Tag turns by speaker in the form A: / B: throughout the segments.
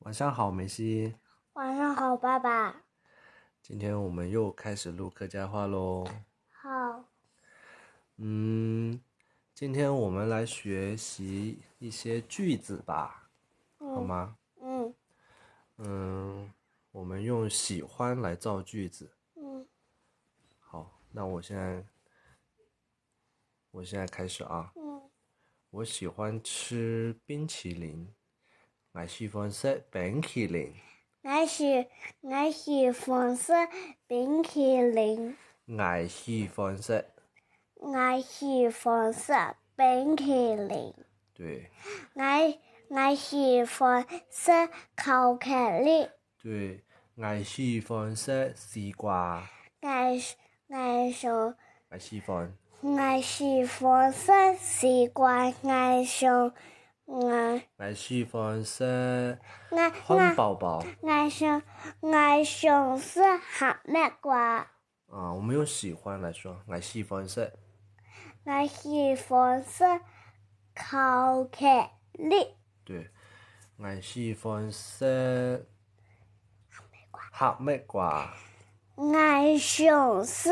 A: 晚上好，梅西。
B: 晚上好，爸爸。
A: 今天我们又开始录客家话喽。
B: 好，
A: 嗯，今天我们来学习一些句子吧，好
B: 嗯
A: 吗？
B: 嗯
A: 嗯，我们用喜欢来造句子。
B: 嗯
A: 好，那我现在，我现在开始啊。
B: 嗯
A: 我喜欢吃冰淇淋，我喜欢吃冰淇淋，
B: 我喜我喜欢食冰淇淋，
A: 我喜欢吃。
B: 我喜欢食冰淇淋，
A: 对
B: 我我喜欢食巧克力，
A: 对，我喜欢吃西瓜。
B: 我喜我喜
A: 我喜欢，
B: 我喜欢食西瓜，我喜我
A: 我喜欢吃
B: 我
A: 汉
B: 我
A: 堡包。
B: 我喜我喜食哈密瓜。
A: 啊，我们用喜欢来说，我喜欢吃。
B: 我喜欢食巧克力，
A: 对，我喜欢吃哈密瓜。
B: 我想食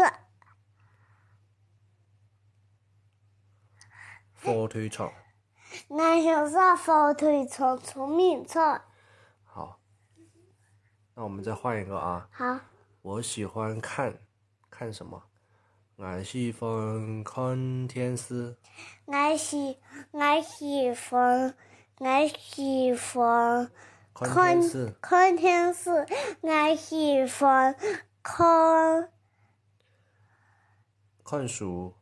A: 火腿肠。
B: 我想食火腿肠、聪明肠。
A: 好，那我们再换一个啊。
B: 好，
A: 我喜欢看，看什么？我喜欢看电视。
B: 我喜我喜欢我喜欢
A: 看
B: 看
A: 电视。
B: 看电视，我喜欢看
A: 看书。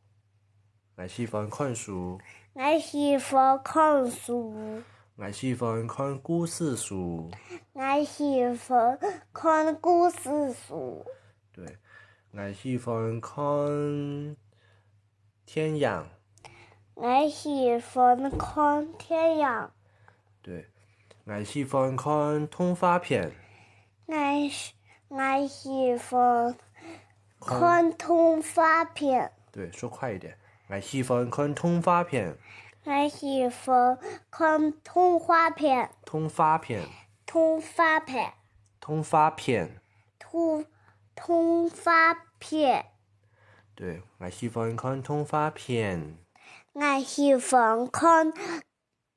A: 我喜欢看书。
B: 我喜欢看书，
A: 我喜欢看故事书。
B: 我喜欢看故事书，
A: 对，我喜欢看天阳。
B: 我喜欢看太阳。
A: 对，我喜欢看动画片。
B: 我喜我喜欢
A: 看
B: 看动画片，
A: 对，说快一点。我喜欢看动画片，
B: 我喜欢看动画片，
A: 动画片，
B: 动画片，
A: 动画片。
B: 动动画片。
A: 对，我喜欢看动画片，
B: 我喜欢看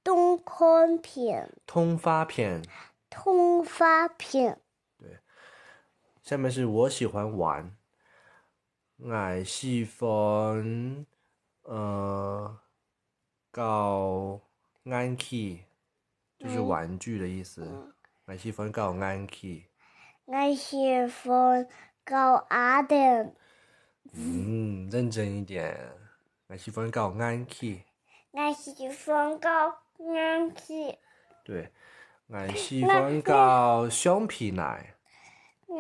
B: 动画片，
A: 动画片。
B: 动画片。
A: 下面是我喜欢玩，我喜欢呃搞安 key，就是
B: 嗯
A: 玩具的意思。我喜欢搞安 key。
B: 我喜欢搞阿点，
A: 嗯，认真一点。我喜欢搞安 key，
B: 我喜欢搞眼睛，
A: 对，我喜欢搞橡皮奶，
B: 我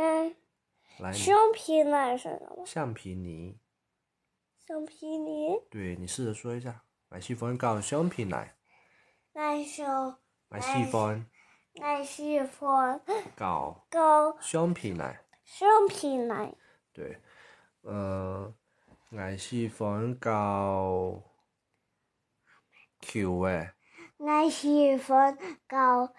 A: 来你
B: 橡皮奶是什么？
A: 橡皮泥，
B: 橡皮泥。
A: 对你试着说一下。我喜欢搞橡皮奶，
B: 那首
A: 我喜欢
B: 那是欢
A: 搞
B: 高
A: 橡皮奶，
B: 商品来，
A: 对，呃，我喜欢搞球诶，
B: 那是欢高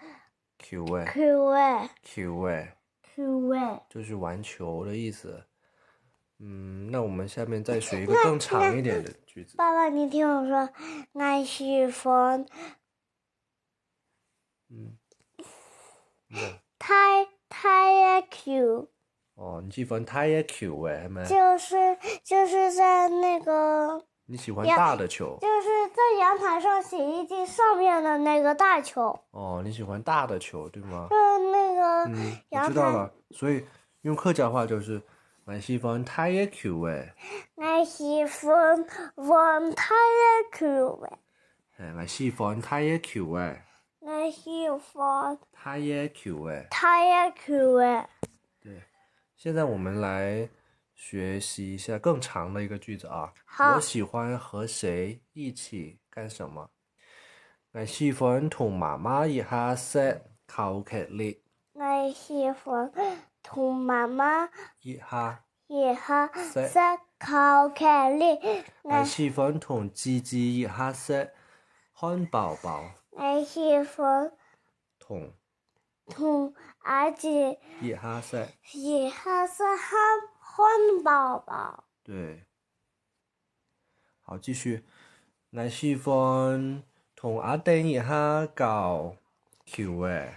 A: 球诶，
B: 口味
A: 球诶，
B: 口味。
A: 就是玩球的意思。嗯，那我们下面再学一个更长一点的句子。
B: 爸爸，你听我说，那是欢
A: 嗯，嗯
B: 太太阳球，
A: 哦，你喜欢太阳球诶，系咪？
B: 就是就是在那个
A: 你喜欢
B: 呀
A: 大的球
B: 就是在阳台上洗衣机上面的那个大球，
A: 哦，你喜欢大的球对吗？
B: 就是那个
A: 嗯，我
B: 阳
A: 知道
B: 台。
A: 了。所以用客家话就是“我喜欢太阳球”诶，
B: 我喜欢玩太阳球味，
A: 哎，我喜欢太阳球诶，
B: 我喜欢。
A: 太阳球诶。
B: 太阳球哎，
A: 对，现在我们来学习一下更长的一个句子啊。
B: 好
A: 我喜欢和谁一起干什么？我喜欢同妈妈一下食巧克力，
B: 我喜欢同妈妈
A: 一下。
B: 一下
A: 食
B: 食巧克力，
A: 我
B: 我
A: 喜欢同芝芝一下食汉堡包，
B: 我喜欢
A: 同
B: 同儿子
A: 一哈塞，
B: 也还是汉汉堡包。
A: 对。好，继续。我喜歡同阿丁一下搞橋嘅，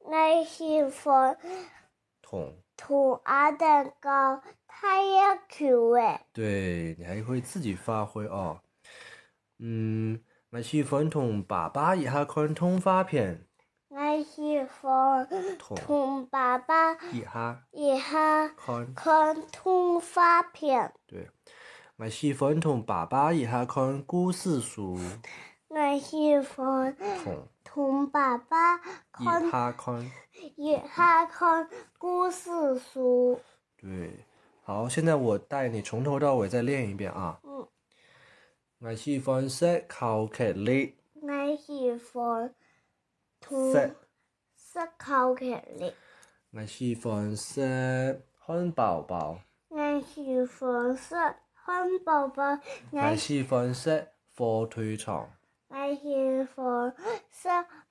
B: 我喜欢
A: 同
B: 同儿子搞太阳球诶，
A: 对你还会自己发挥哦。嗯，我喜歡同爸爸一下看動畫片，
B: 我喜欢
A: 同
B: 同爸爸
A: 一下
B: 一下
A: 看，
B: 看动画片。
A: 对。我喜歡同爸爸一下看故事書，
B: 我喜欢
A: 同
B: 同爸爸
A: 一
B: 看
A: 下看。
B: 一下看故事书。
A: 对，好，现在我带你从头到尾再练一遍啊。
B: 嗯，
A: 我喜歡食烤茄哩，
B: 我喜欢同
A: 食
B: 食烤茄哩，
A: 我喜歡食漢堡包，
B: 我喜欢食汉堡包，
A: 我
B: 我
A: 喜歡食火腿腸，
B: 我喜欢食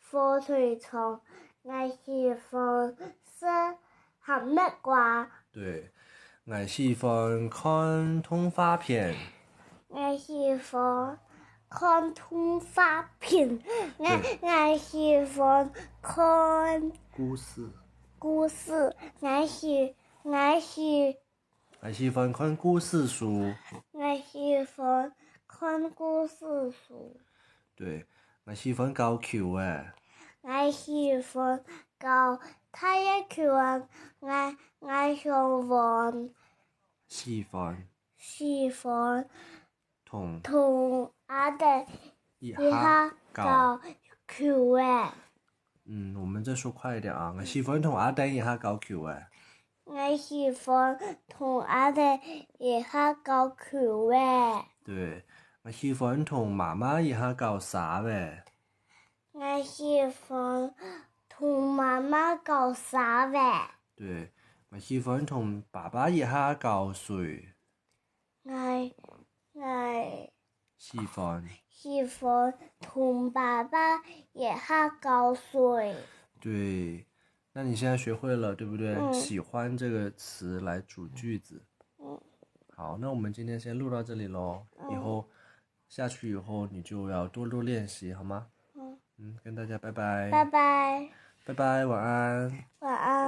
B: 火腿肠，我喜欢食哈密瓜，
A: 對，我喜歡看動畫片，
B: 我喜欢看动画片，我我喜欢看
A: 故事，
B: 故事，我喜我喜
A: 我喜歡看故事書，
B: 我喜欢看故事书，
A: 對，我喜歡搞橋誒，
B: 我喜欢搞太阳拳，我我想玩
A: 喜歡
B: 喜欢。
A: 同
B: 同阿的
A: 一
B: 一
A: 下
B: 下
A: 搞。
B: 搞 Q 诶，
A: 嗯，我們再說快一點啊！我喜歡同阿丁一下搞橋誒。
B: 我喜欢同阿的一下搞 Q 诶，
A: 对，我喜欢同妈妈一下搞啥呗？
B: 我喜欢同妈妈搞啥喂，
A: 对，我喜欢同爸爸一下搞水，
B: 我我
A: 喜欢。
B: 喜欢同爸爸一下搞水，
A: 对，那你现在学会了，对不对？
B: 嗯
A: 喜欢这个词来组句子。
B: 嗯。
A: 好，那我们今天先录到这里喽。以
B: 嗯
A: 后下去以后，你就要多多练习，好吗？
B: 嗯，
A: 嗯，跟大家拜拜。
B: 拜拜，
A: 拜拜，晚安。
B: 晚安。